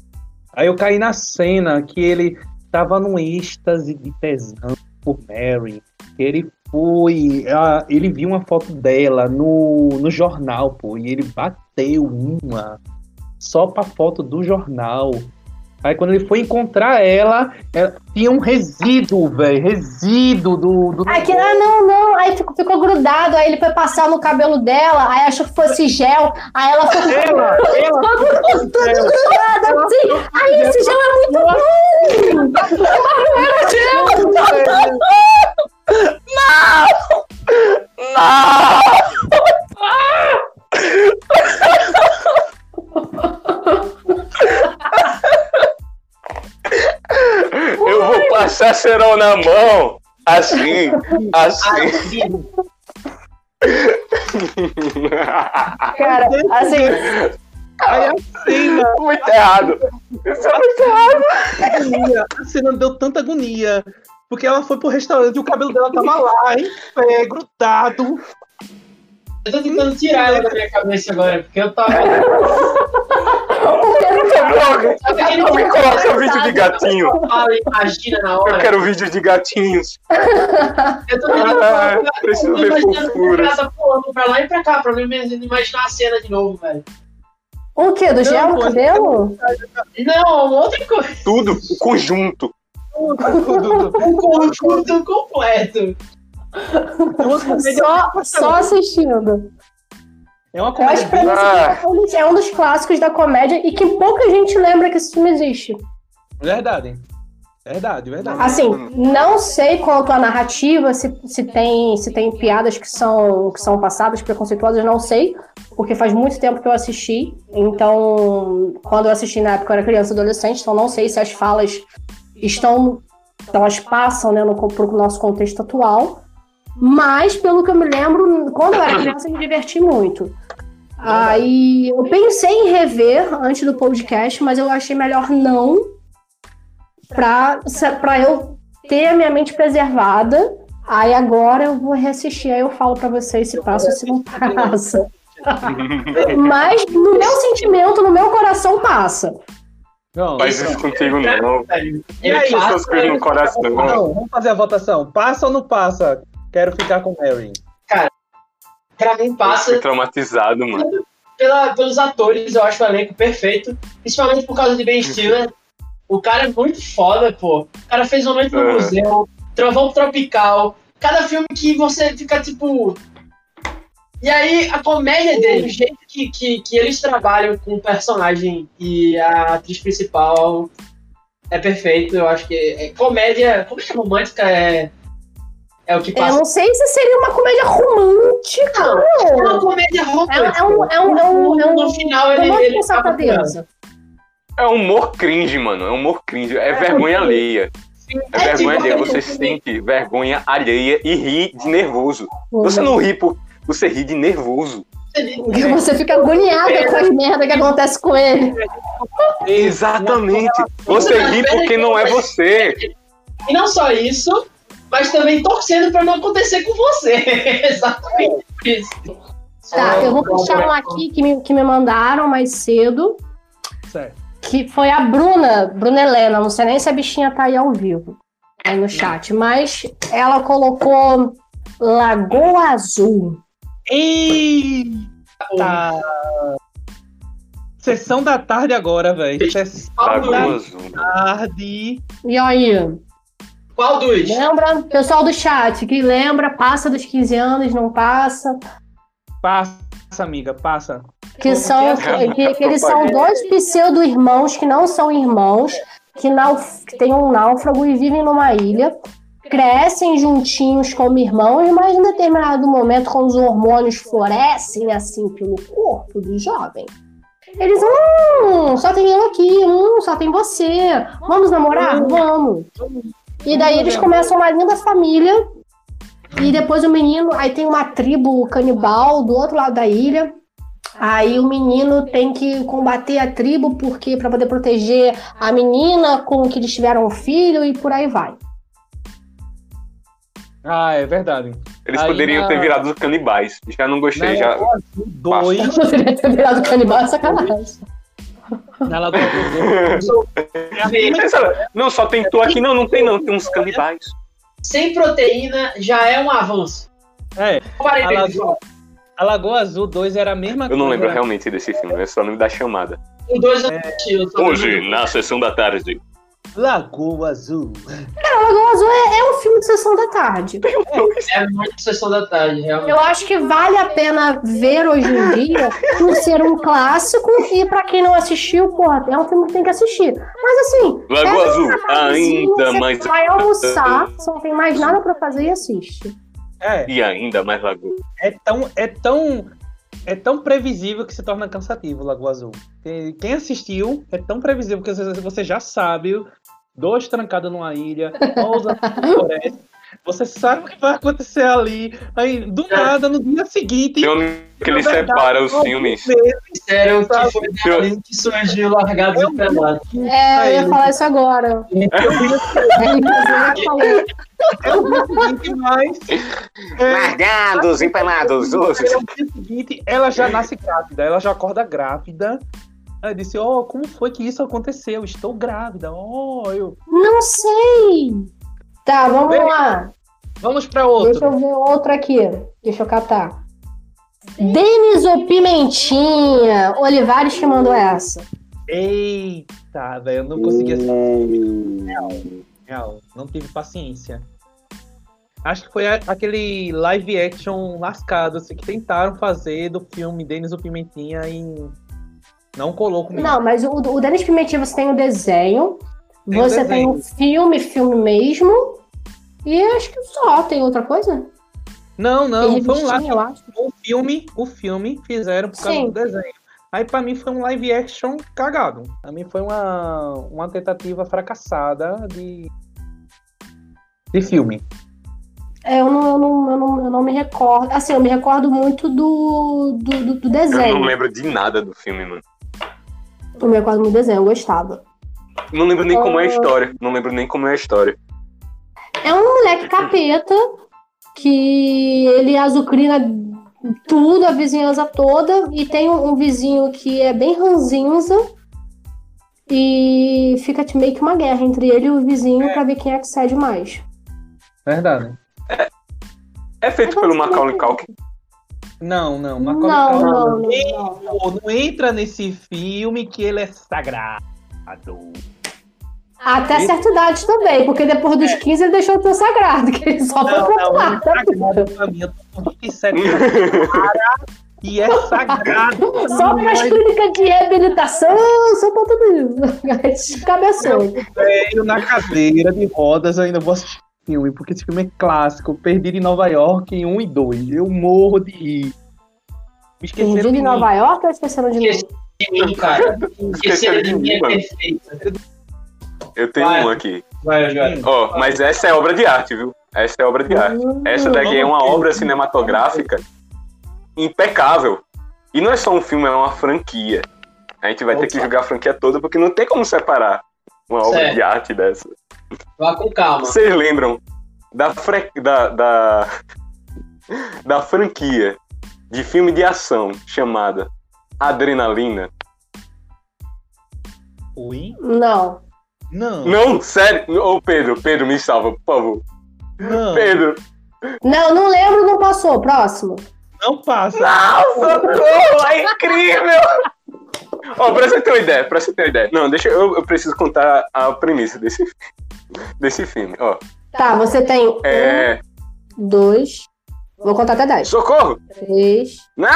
Speaker 1: Aí eu caí na cena que ele tava num êxtase de tesão por Mary. Ele foi. ah, ele viu uma foto dela no, no jornal, pô, e ele bateu uma só pra foto do jornal. Aí quando ele foi encontrar ela, ela tinha um resíduo, velho. Resíduo do. do
Speaker 4: Aí que, ah, não, não, aí ficou, ficou grudado, aí ele foi passar no cabelo dela, aí achou que fosse gel, aí ela ficou
Speaker 1: Ela, ela, ela,
Speaker 4: grudada assim, aí esse gel é muito
Speaker 2: Eu vou passar cerol na mão. Assim, assim.
Speaker 4: Cara, assim,
Speaker 1: aí a cena,
Speaker 2: muito errado. Isso é muito errado.
Speaker 1: agonia, a cena deu tanta agonia. Porque ela foi pro restaurante e o cabelo dela tava lá, hein? É, grudado.
Speaker 3: Eu tô tentando tirar ela da minha cabeça agora, porque eu tava.
Speaker 4: o Pedro quebrou.
Speaker 2: Droga.
Speaker 3: Sabe aquele
Speaker 4: é
Speaker 2: Não me
Speaker 3: filme
Speaker 2: coloca vídeo de gatinho.
Speaker 3: que fala e imagina na
Speaker 2: Eu
Speaker 3: hora?
Speaker 2: quero vídeo de gatinhos.
Speaker 3: Eu tô tentando
Speaker 2: Ah, preciso ver
Speaker 3: imaginando o
Speaker 2: fofuras.
Speaker 3: cara pulando pra lá e pra cá, pra mim mesmo imaginar a cena de novo, velho.
Speaker 4: O quê? Do gel no cabelo?
Speaker 3: Não, uma outra coisa.
Speaker 2: Tudo, o conjunto.
Speaker 3: Um conjunto completo.
Speaker 4: Só, só assistindo.
Speaker 1: É uma
Speaker 4: Eu acho que pra mim
Speaker 2: Ah.
Speaker 4: esse filme é um dos- é um dos clássicos da comédia e que pouca gente lembra que esse filme existe.
Speaker 1: Verdade. Verdade, verdade.
Speaker 4: Assim, não sei quanto à narrativa, se, se, tem, se tem piadas que são, que são passadas, preconceituosas, não sei, porque faz muito tempo que eu assisti. Então, quando eu assisti na época, eu era criança e adolescente, então não sei se as falas estão. Elas passam né, no, pro nosso contexto atual. Mas, pelo que eu me lembro, quando eu era criança, eu me diverti muito. Aí eu pensei em rever antes do podcast, mas eu achei melhor não pra, se- pra eu ter a minha mente preservada. Aí agora eu vou reassistir, aí eu falo pra vocês se passa ou se não passa. Ah, Mas no meu sentimento, no meu coração passa.
Speaker 1: Não,
Speaker 2: Faz isso né, contigo, não.
Speaker 3: Velho. É né?
Speaker 1: E aí,
Speaker 3: passa,
Speaker 2: Essas coisas no
Speaker 3: ele-
Speaker 2: coração.
Speaker 1: não, vamos fazer a votação. Passa ou não passa? Quero ficar com Mary.
Speaker 3: Pra mim
Speaker 2: Fui
Speaker 3: passa
Speaker 2: traumatizado, mano.
Speaker 3: pela, pelos atores, eu acho o elenco perfeito. Principalmente por causa de Ben Stiller. O cara é muito foda, pô. O cara fez O Momento no
Speaker 2: É.
Speaker 3: Museu, Trovão Tropical. Cada filme que você fica tipo. E aí, a comédia dele, o jeito que, que, que eles trabalham com o personagem e a atriz principal é perfeito. Eu acho que é comédia. Comédia romântica é. É o que
Speaker 4: Eu
Speaker 3: passa.
Speaker 4: não sei se seria uma comédia romântica.
Speaker 3: Não, é
Speaker 4: não.
Speaker 3: uma comédia
Speaker 4: É,
Speaker 3: romântica.
Speaker 4: é um. É um, é um, é um
Speaker 3: no final ele, assim,
Speaker 4: romance
Speaker 3: ele
Speaker 4: com
Speaker 3: acaba
Speaker 4: safadeza.
Speaker 2: É humor cringe, mano. É humor cringe. É vergonha alheia. É
Speaker 3: É
Speaker 2: vergonha
Speaker 3: tipo
Speaker 2: alheia.
Speaker 3: aquele
Speaker 2: Você
Speaker 3: filme-
Speaker 2: sente vergonha alheia e ri de nervoso. Você não ri por. Você ri de nervoso.
Speaker 3: é,
Speaker 4: Porque você fica agoniada com as merdas que acontece com ele.
Speaker 2: Exatamente. Você ri porque não é você.
Speaker 3: E não só isso, mas também torcendo pra não acontecer com você. Exatamente por isso.
Speaker 4: Tá, eu vou
Speaker 3: é,
Speaker 4: puxar um aqui que me, que me mandaram mais cedo.
Speaker 1: Certo.
Speaker 4: que foi a Bruna, Bruna Helena, não sei nem se a bichinha tá aí ao vivo, aí no chat, mas ela colocou Lagoa Azul.
Speaker 1: Eita! Sessão da tarde agora, velho. Sessão
Speaker 3: Qual dos?
Speaker 1: da
Speaker 2: Lagoa Azul.
Speaker 1: tarde.
Speaker 4: E aí?
Speaker 3: Qual dos?
Speaker 4: Lembra, pessoal do chat, que lembra, passa dos 15 anos, não passa.
Speaker 1: Passa, amiga, passa.
Speaker 4: Que são que, que- que eles são dois pseudo-irmãos que não são irmãos, que, nauf, que tem um náufrago e vivem numa ilha. Crescem juntinhos como irmãos, mas em determinado momento, quando os hormônios florescem assim pelo corpo do jovem, eles, hum, só tem eu aqui, hum, só tem você, vamos namorar? Vamos. E daí eles começam uma linda família, e depois o menino, aí tem uma tribo canibal do outro lado da ilha, Aí o menino tem que combater a tribo porque para poder proteger a menina com que eles tiveram um filho e por aí vai.
Speaker 1: Ah, é verdade.
Speaker 2: Eles
Speaker 1: Aí
Speaker 2: poderiam
Speaker 1: na-
Speaker 2: ter virado canibais. Já não
Speaker 1: Na
Speaker 2: gostei, já.
Speaker 1: Lagoa Azul 2.
Speaker 4: Eu poderia ter virado canibal, é sacanagem.
Speaker 1: Na Lagoa Azul 2.
Speaker 2: Mas, olha, Não, só tem tu aqui, não, não tem não, tem uns canibais.
Speaker 3: Sem proteína já é um avanço.
Speaker 1: É,
Speaker 3: Parei
Speaker 1: Ela-
Speaker 3: de jogar.
Speaker 1: a Lagoa Azul 2 era a mesma
Speaker 2: Eu não lembro
Speaker 1: coisa.
Speaker 2: realmente desse filme, é só o nome da chamada.
Speaker 3: Com dois assistidos.
Speaker 2: Hoje, na sessão da tarde. um-
Speaker 1: Lagoa Azul.
Speaker 4: A Lagoa Azul é, é um filme de sessão da tarde.
Speaker 3: É muito sessão da tarde, realmente.
Speaker 4: Eu acho que vale a pena ver hoje em dia por ser um clássico e para quem não assistiu, porra, é um filme que tem que assistir. Mas assim,
Speaker 2: Lagoa
Speaker 4: é
Speaker 2: Azul,
Speaker 4: uma tardezinha,
Speaker 2: Ah, ainda
Speaker 4: você
Speaker 2: mais.
Speaker 4: vai almoçar, você não tem mais nada para fazer e assiste.
Speaker 1: É,
Speaker 2: E ainda mais Lagoa.
Speaker 1: é tão, é tão, é tão previsível que se torna cansativo Lagoa Azul. Quem quem assistiu é tão previsível que você- você já sabe, dois trancados numa ilha, ousa floresta. Você sabe o que vai acontecer ali. Aí, do
Speaker 2: É.
Speaker 1: nada, no dia seguinte,
Speaker 2: Tem um amigo que ele
Speaker 1: Na verdade,
Speaker 2: separa os
Speaker 1: eu-
Speaker 2: filmes.
Speaker 3: Disseram que foi
Speaker 2: Eu-
Speaker 3: dali que surgiu largado e pelado.
Speaker 4: É, eu ia falar isso agora. É, inclusive, eu falei.
Speaker 1: é o dia seguinte, mas. é,
Speaker 2: Largados e pelados, hoje.
Speaker 1: Aí, no dia seguinte, ela já nasce grávida, ela já acorda grávida. Ela disse, ó, como foi que isso aconteceu? Estou grávida, ó, eu...
Speaker 4: Não sei. Tá, vamos
Speaker 1: Bem,
Speaker 4: lá.
Speaker 1: Vamos pra
Speaker 4: Deixa
Speaker 1: outro.
Speaker 4: eu ver outra aqui. Deixa eu catar. Denis ou Pimentinha? Olivares que mandou essa.
Speaker 1: Eita, velho, eu não consegui assistir. Real, real, não tive paciência. Acho que foi a- aquele live action lascado assim, que tentaram fazer do filme Denis o Pimentinha e não colou comigo.
Speaker 4: Não, mas o, o Denis Pimentinha você tem o desenho,
Speaker 1: Tem um o
Speaker 4: você tem o filme, filme mesmo. E acho que só tem outra coisa.
Speaker 1: Não, não,
Speaker 4: Tem
Speaker 1: foi um live
Speaker 4: revistinha, eu acho.
Speaker 1: o filme, o filme fizeram por causa
Speaker 4: Sim.
Speaker 1: do desenho. Aí pra mim foi um live action cagado. Pra mim foi uma, uma tentativa fracassada de de filme.
Speaker 4: É, eu, não, eu, não, eu, não, eu não me recordo. Assim, eu me recordo muito do, do, do- do
Speaker 2: Eu não
Speaker 4: desenho.
Speaker 2: lembro de nada do filme, mano.
Speaker 4: Eu me recordo muito do desenho, eu gostava.
Speaker 2: Não lembro nem como é a história. Não lembro nem como é a história.
Speaker 4: É um moleque capeta que ele azucrina tudo, a vizinhança toda, e tem um, um vizinho que é bem ranzinza e fica te- meio que uma guerra entre ele e o vizinho pra ver quem é que cede mais.
Speaker 1: Verdade.
Speaker 2: É feito
Speaker 4: Mas
Speaker 2: pelo
Speaker 4: não sei
Speaker 2: Macaulay Culkin.
Speaker 1: Não, não.
Speaker 4: Não,
Speaker 1: Macaulay
Speaker 4: não,
Speaker 1: Culkin
Speaker 4: não, não.
Speaker 1: não, entra nesse filme que ele é sagrado.
Speaker 4: Até certa idade também, porque depois dos 15 ele deixou de ser sagrado, que ele só foi
Speaker 1: É.
Speaker 4: tá
Speaker 1: Não,
Speaker 4: pro outro
Speaker 1: não, ele
Speaker 4: lado.
Speaker 1: é sagrado pra mim. Eu tô com 27 anos, cara, e é sagrado.
Speaker 4: Só para as clínicas de reabilitação, só pra tudo isso. Cabeções.
Speaker 1: Eu na cadeira de rodas ainda vou assistir esse filme, porque esse filme é clássico. Perdido em Nova York em 1 e 2. Eu morro de rir. Me esqueceram
Speaker 4: Perdido
Speaker 1: de
Speaker 4: um em Nova York ou esqueceram de mim?
Speaker 3: De mim, cara. Esqueceram de mim é
Speaker 2: mano.
Speaker 3: perfeito.
Speaker 2: Eu tenho
Speaker 3: Vai.
Speaker 2: um aqui.
Speaker 3: Vai, Jorge.
Speaker 1: mim.
Speaker 2: Ó, mas essa é obra de arte, viu? Essa é obra de arte.
Speaker 7: Hum,
Speaker 2: Essa daqui é uma obra cinematográfica impecável. E não é só um filme, é uma franquia. A gente vai ter que jogar a franquia toda porque não tem como separar uma obra
Speaker 3: Certo.
Speaker 2: de arte dessa.
Speaker 3: Vá com calma.
Speaker 2: Vocês lembram da, fre- da, da, da franquia de filme de ação chamada Adrenalina?
Speaker 1: Oi?
Speaker 4: Não.
Speaker 1: Não,
Speaker 2: Não, sério. Ô, Pedro, Pedro, me salva, por favor.
Speaker 1: não,
Speaker 2: Pedro,
Speaker 4: Não, não lembro, não passou. Próximo.
Speaker 1: não passa.
Speaker 2: não, socorro, é incrível!
Speaker 7: Ó, oh, pra você ter uma ideia, pra você ter uma ideia. Não, deixa eu, eu preciso contar a premissa desse, desse filme, ó.
Speaker 4: Tá, você tem
Speaker 7: É.
Speaker 4: um, dois. Vou contar até dez.
Speaker 7: Socorro!
Speaker 4: Três,
Speaker 7: Não!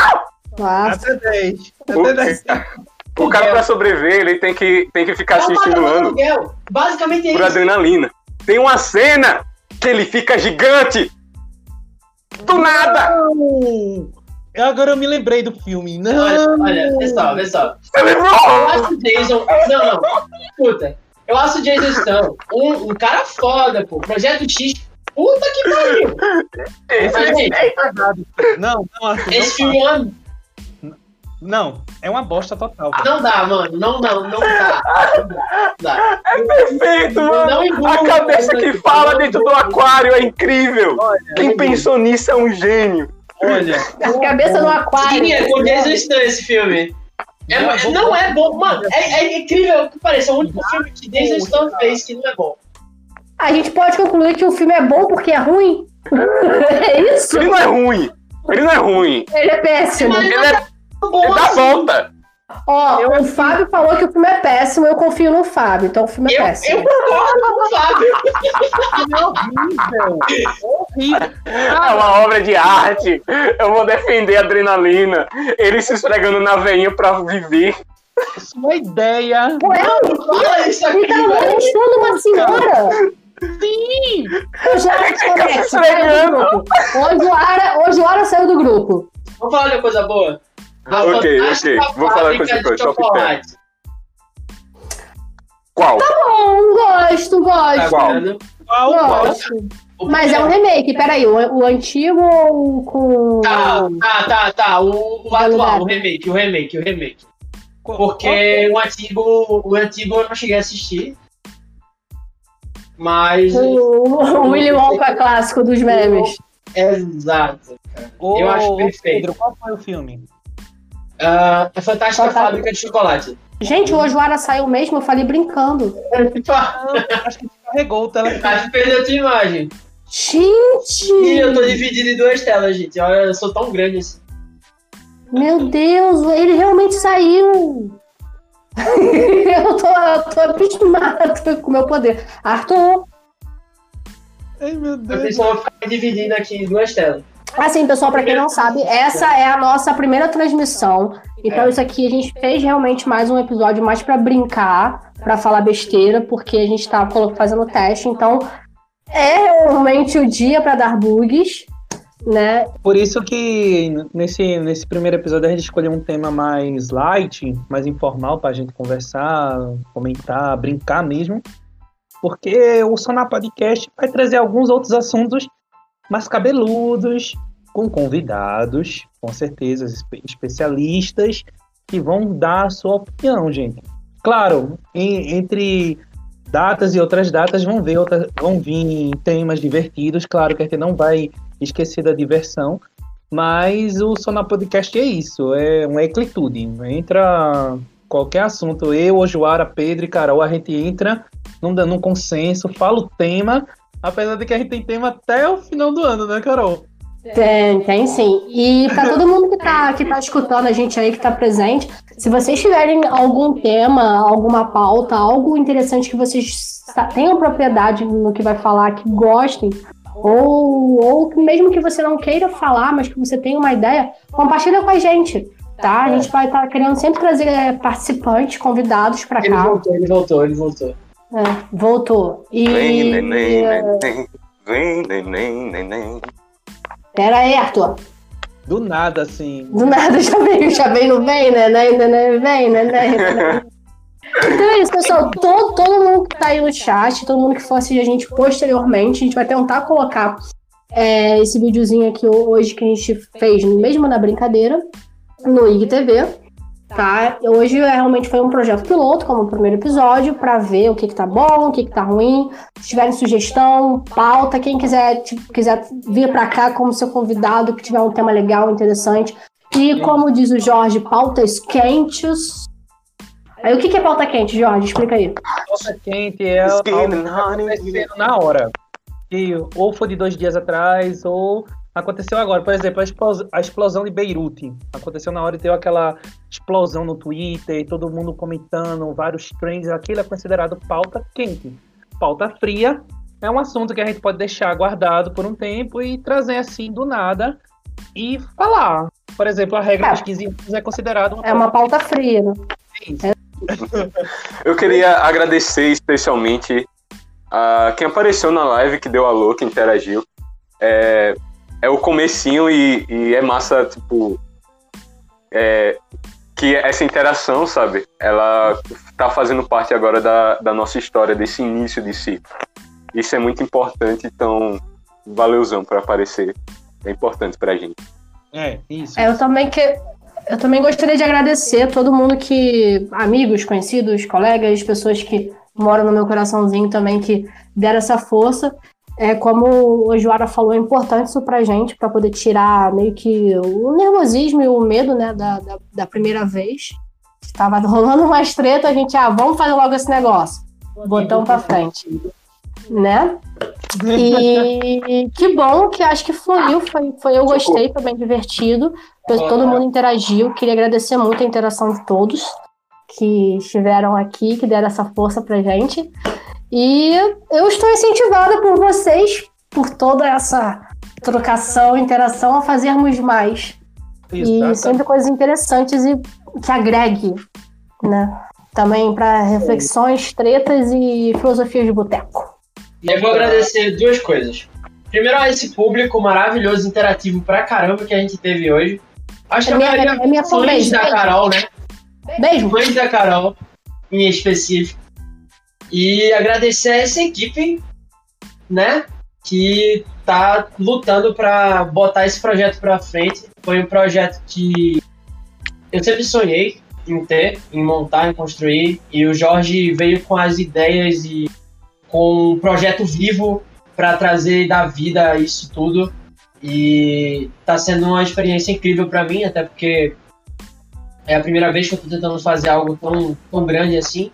Speaker 4: quatro.
Speaker 1: Até 10.
Speaker 7: O,
Speaker 1: Até 10.
Speaker 7: o cara pra sobreviver, ele tem que, tem que ficar se estimulando
Speaker 3: aluguel. Basicamente é
Speaker 7: por
Speaker 3: isso.
Speaker 7: adrenalina. Tem uma cena que ele fica gigante! Do nada!
Speaker 1: Agora eu me lembrei do filme.
Speaker 3: Olha,
Speaker 1: Não!
Speaker 3: olha, pessoal, pessoal.
Speaker 7: Você lembrou?
Speaker 3: Eu acho o Jason. Não, não. Puta. Eu acho o Jason Stone um, um cara foda, pô. Projeto X. Puta que pariu. Mas,
Speaker 7: é
Speaker 3: gente,
Speaker 1: Não, não, Arthur, não
Speaker 3: esse filme é uma
Speaker 1: Não, é uma bosta total. cara.
Speaker 3: Não dá, mano. Não, não, não dá. Não dá.
Speaker 7: É perfeito, mano!
Speaker 3: Não engula
Speaker 7: A
Speaker 3: o
Speaker 7: cabeça
Speaker 3: moleque,
Speaker 7: que
Speaker 3: não
Speaker 7: fala
Speaker 3: engula.
Speaker 7: dentro do aquário é incrível! Quem pensou nisso é um gênio!
Speaker 1: Olha,
Speaker 4: Tá A cabeça no aquário.
Speaker 3: Sim, é com desistão esse filme. É-
Speaker 1: Não
Speaker 3: não,
Speaker 1: é bom.
Speaker 3: é, bom, mano. É, é incrível que pareça. É o único filme que desistão fez que não é bom.
Speaker 4: A gente pode concluir que o filme é bom porque é ruim? é isso?
Speaker 7: Ele não é ruim! Ele não é ruim!
Speaker 4: Ele é péssimo.
Speaker 3: Mas
Speaker 7: Ele
Speaker 3: não
Speaker 7: é-
Speaker 3: é tão bom
Speaker 7: Ele dá
Speaker 3: assim.
Speaker 7: volta!
Speaker 4: Ó,
Speaker 3: Eu-
Speaker 4: o Fábio falou que o filme é péssimo, eu confio no Fábio, então o filme é
Speaker 3: Eu,
Speaker 4: péssimo.
Speaker 3: eu concordo com o tá Fábio.
Speaker 7: É uma obra de arte. Eu vou defender a adrenalina. Ele se esfregando na veinha pra viver.
Speaker 1: sua ideia.
Speaker 3: Olha isso aqui,
Speaker 4: Ele tá tava
Speaker 3: velho.
Speaker 4: molestando uma senhora!
Speaker 1: Sim!
Speaker 4: Eu já
Speaker 7: tá
Speaker 4: desconecto, saiu do grupo. Hoje o Ara, hoje o Ara saiu do grupo.
Speaker 3: Vamos falar de uma coisa boa? A
Speaker 7: Ok,
Speaker 3: Fantástica
Speaker 7: ok. Vou falar de coisa
Speaker 3: Fábrica
Speaker 7: boa,
Speaker 3: de
Speaker 7: top
Speaker 3: Chocolate.
Speaker 7: Qual?
Speaker 4: Bom, gosto,
Speaker 3: Tá
Speaker 4: gosto,
Speaker 7: Qual?
Speaker 3: vendo?
Speaker 1: Qual, qual?
Speaker 4: gosto.
Speaker 3: O
Speaker 4: Mas é um remake, peraí, o, o antigo ou o com...
Speaker 3: Tá, tá, tá, tá. O, o atual, o
Speaker 4: né?
Speaker 3: remake, o remake, o remake. Porque o antigo, o antigo eu não cheguei a assistir. Mas.
Speaker 4: O, o Willy Wonka clássico dos memes.
Speaker 3: Exato.
Speaker 1: Ô,
Speaker 3: Eu acho perfeito.
Speaker 1: Pedro, qual foi o filme?
Speaker 3: Ah, a Fantástica
Speaker 4: Fantástico.
Speaker 3: Fábrica de Chocolate.
Speaker 4: Gente, o Ojoara saiu mesmo, eu falei brincando.
Speaker 1: Ah, acho que carregou o telefone.
Speaker 3: Acho que perdeu a tua imagem. Ih, eu
Speaker 4: Gente!
Speaker 3: tô dividido em duas telas, gente. Olha, eu sou tão grande assim.
Speaker 4: Meu Deus, ele realmente saiu! eu, tô, eu tô abismado com o meu poder. Arthur,
Speaker 1: Ai, meu
Speaker 3: Eu
Speaker 4: Uhum.
Speaker 1: Deus.
Speaker 3: pensava ficar dividindo aqui em duas telas.
Speaker 4: assim, pessoal, pra quem não sabe, essa é a nossa primeira transmissão. Então, isso aqui a gente fez realmente mais um episódio mais pra brincar, pra falar besteira, porque a gente tá colo- fazendo teste. Então, é realmente o dia pra dar bugs, né?
Speaker 1: Por isso que nesse, nesse primeiro episódio a gente escolheu um tema mais light, mais informal pra gente conversar, comentar, brincar mesmo. Porque o Sonar Podcast vai trazer alguns outros assuntos mais cabeludos, com convidados, com certeza, espe- especialistas, que vão dar a sua opinião, gente. Claro, em- entre datas e outras datas vão, ver outras, vão vir temas divertidos, claro que a gente não vai esquecer da diversão. Mas o Sonar Podcast é isso, é uma eclitude. Entra qualquer assunto, eu, Ojuara, Pedro e Carol, a gente entra num, num consenso, fala o tema, apesar de que a gente tem tema até o final do ano, né, Carol?
Speaker 4: Tem, tem sim. E para todo mundo que tá, que tá escutando a gente aí, que tá presente, se vocês tiverem algum tema, alguma pauta, algo interessante que vocês sa- tenham propriedade no que vai falar, que gostem, ou, ou que mesmo que você não queira falar, mas que você tenha uma ideia, compartilha com a gente, tá? A gente vai estar querendo sempre trazer eh, participantes, convidados para
Speaker 3: Ele
Speaker 4: cá.
Speaker 3: voltou, ele voltou, ele voltou.
Speaker 4: É, voltou.
Speaker 7: Vem,
Speaker 4: E.
Speaker 7: neném, neném. Vem, neném, neném.
Speaker 4: Pera aí, Arthur.
Speaker 1: Do nada, assim.
Speaker 4: Do nada já veio, já veio no bem, né? né, né, né, Vem, né? né, né. Então é isso, pessoal. Todo, todo mundo que tá aí no chat, todo mundo que for assistir a gente posteriormente, a gente vai tentar colocar é, esse videozinho aqui hoje que a gente fez, mesmo na brincadeira, no IGTV. Tá? Hoje é, realmente foi um projeto piloto, como o primeiro episódio, para ver o que, que tá bom, o que, que tá ruim. Se tiverem sugestão, pauta, quem quiser, tipo, quiser vir para cá como seu convidado, que tiver um tema legal, interessante. E como diz o Jorge, pautas quentes. Aí o que que é pauta quente, Jorge? Explica aí.
Speaker 1: Nossa quente é algo que tá acontecendo na hora. E, ou foi de dois dias atrás, ou aconteceu agora. Por exemplo, a, explos- a explosão de Beirute. Aconteceu na hora e deu aquela explosão no Twitter, todo mundo comentando, vários trends, aquilo é considerado pauta quente. Pauta fria é um assunto que a gente pode deixar guardado por um tempo e trazer assim do nada e falar. Por exemplo, a regra é. dos 15 anos é considerada
Speaker 4: uma É uma pauta fria. Né? É
Speaker 2: Eu queria agradecer especialmente a quem apareceu na live, que deu alô, que interagiu. É, é o comecinho e, e é massa, tipo, é, que essa interação, sabe? Ela tá fazendo parte agora da, da nossa história, desse início de si. Isso é muito importante, então valeuzão para aparecer. É importante pra gente.
Speaker 1: É, isso.
Speaker 4: É, eu também que eu também gostaria de agradecer todo mundo que amigos, conhecidos, colegas, pessoas que moram no meu coraçãozinho também que deram essa força. É, como o Joara falou, é importante isso pra gente, para poder tirar meio que o nervosismo e o medo, né, da, da, da, primeira vez. Tava rolando umas treta, a gente, ah, vamos fazer logo esse negócio. Botão pra frente. Né? E que bom que acho que fluiu, foi, foi eu gostei, foi bem divertido. Todo mundo interagiu, queria agradecer muito a interação de todos que estiveram aqui, que deram essa força pra gente. E eu estou incentivada por vocês, por toda essa trocação, interação, a fazermos mais.
Speaker 2: tá,
Speaker 4: Exatamente. E sempre coisas interessantes e que agregue, né? Também para reflexões, tretas e filosofias de boteco.
Speaker 1: É,
Speaker 3: Eu
Speaker 1: Tá.
Speaker 3: vou agradecer duas coisas. Primeiro a esse público maravilhoso, interativo pra caramba que a gente teve hoje. Acho que
Speaker 4: é minha,
Speaker 3: a minha fãs
Speaker 4: beijo,
Speaker 3: da
Speaker 4: beijo.
Speaker 3: Carol, né?
Speaker 4: Beijo.
Speaker 3: Fãs da Carol, em específico. E agradecer a essa equipe, né? Que tá lutando pra botar esse projeto pra frente. Foi um projeto que eu sempre sonhei em ter, em montar, em construir. E o Jorge veio com as ideias e com um projeto vivo para trazer da vida isso tudo. E tá sendo uma experiência incrível para mim, até porque é a primeira vez que eu tô tentando fazer algo tão, tão grande assim.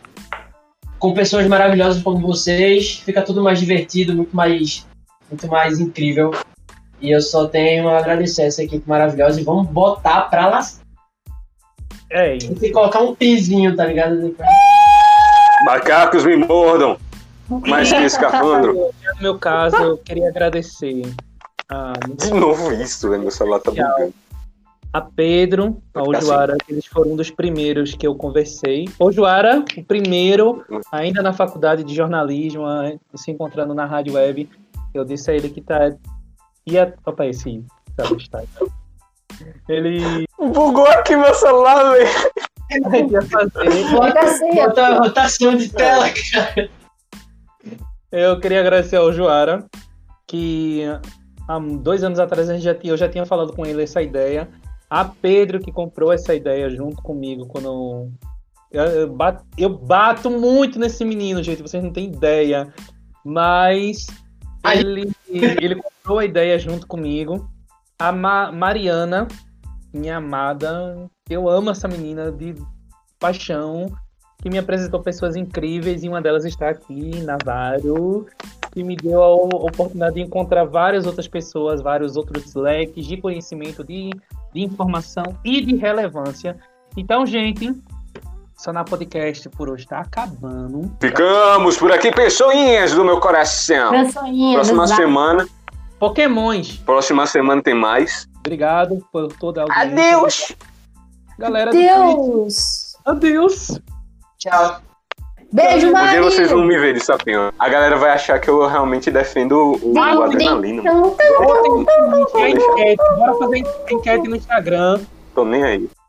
Speaker 3: Com pessoas maravilhosas como vocês, fica tudo mais divertido, muito mais, muito mais incrível. E eu só tenho a agradecer essa equipe maravilhosa e vamos botar pra lá.
Speaker 1: É isso.
Speaker 3: Tem que colocar um pizinho, tá ligado? Depois.
Speaker 2: Macacos me mordam! Mas é que escafandro.
Speaker 1: No meu caso, eu queria agradecer a...
Speaker 2: De novo isso, né? meu celular tá bugando.
Speaker 1: A Pedro, ao tá Juara, assim. eles foram um dos primeiros que eu conversei. O Juara, o primeiro, ainda na faculdade de jornalismo, se encontrando na rádio web, eu disse a ele que tá... Ia... Opa, esse... tá, Ele...
Speaker 2: Bugou aqui meu celular, velho.
Speaker 1: Ia fazer...
Speaker 4: Bota assim,
Speaker 3: Bota rotação de tela, cara.
Speaker 1: Eu queria agradecer ao Joara, que há dois anos atrás já, eu já tinha falado com ele essa ideia. A Pedro, que comprou essa ideia junto comigo quando. Eu, eu, bato, eu bato muito nesse menino, gente, vocês não têm ideia. Mas ele, ele comprou a ideia junto comigo. A Ma Mariana, minha amada, eu amo essa menina de paixão que me apresentou pessoas incríveis e uma delas está aqui, Navário, que me deu a oportunidade de encontrar várias outras pessoas, vários outros leques de conhecimento, de, de informação e de relevância. Então, gente, Sonar Podcast por hoje está acabando.
Speaker 2: Ficamos por aqui, pessoinhas do meu coração.
Speaker 4: Pessoinhas.
Speaker 2: Próxima
Speaker 4: exato.
Speaker 2: semana.
Speaker 1: Pokémons.
Speaker 2: Próxima semana tem mais.
Speaker 1: Obrigado por toda a audiência.
Speaker 2: Adeus.
Speaker 1: Galera
Speaker 4: Adeus.
Speaker 1: Adeus.
Speaker 3: Tchau.
Speaker 4: Beijo, Mari.
Speaker 2: Um dia vocês vão me ver de sapinho. A galera vai achar que eu realmente defendo o,
Speaker 4: Vai,
Speaker 2: o adrenalina.
Speaker 4: Então, Tum, tum, tum, tum, tum, tum, tum.
Speaker 1: Enquete, Bora fazer enquete no Instagram.
Speaker 2: Tô nem aí.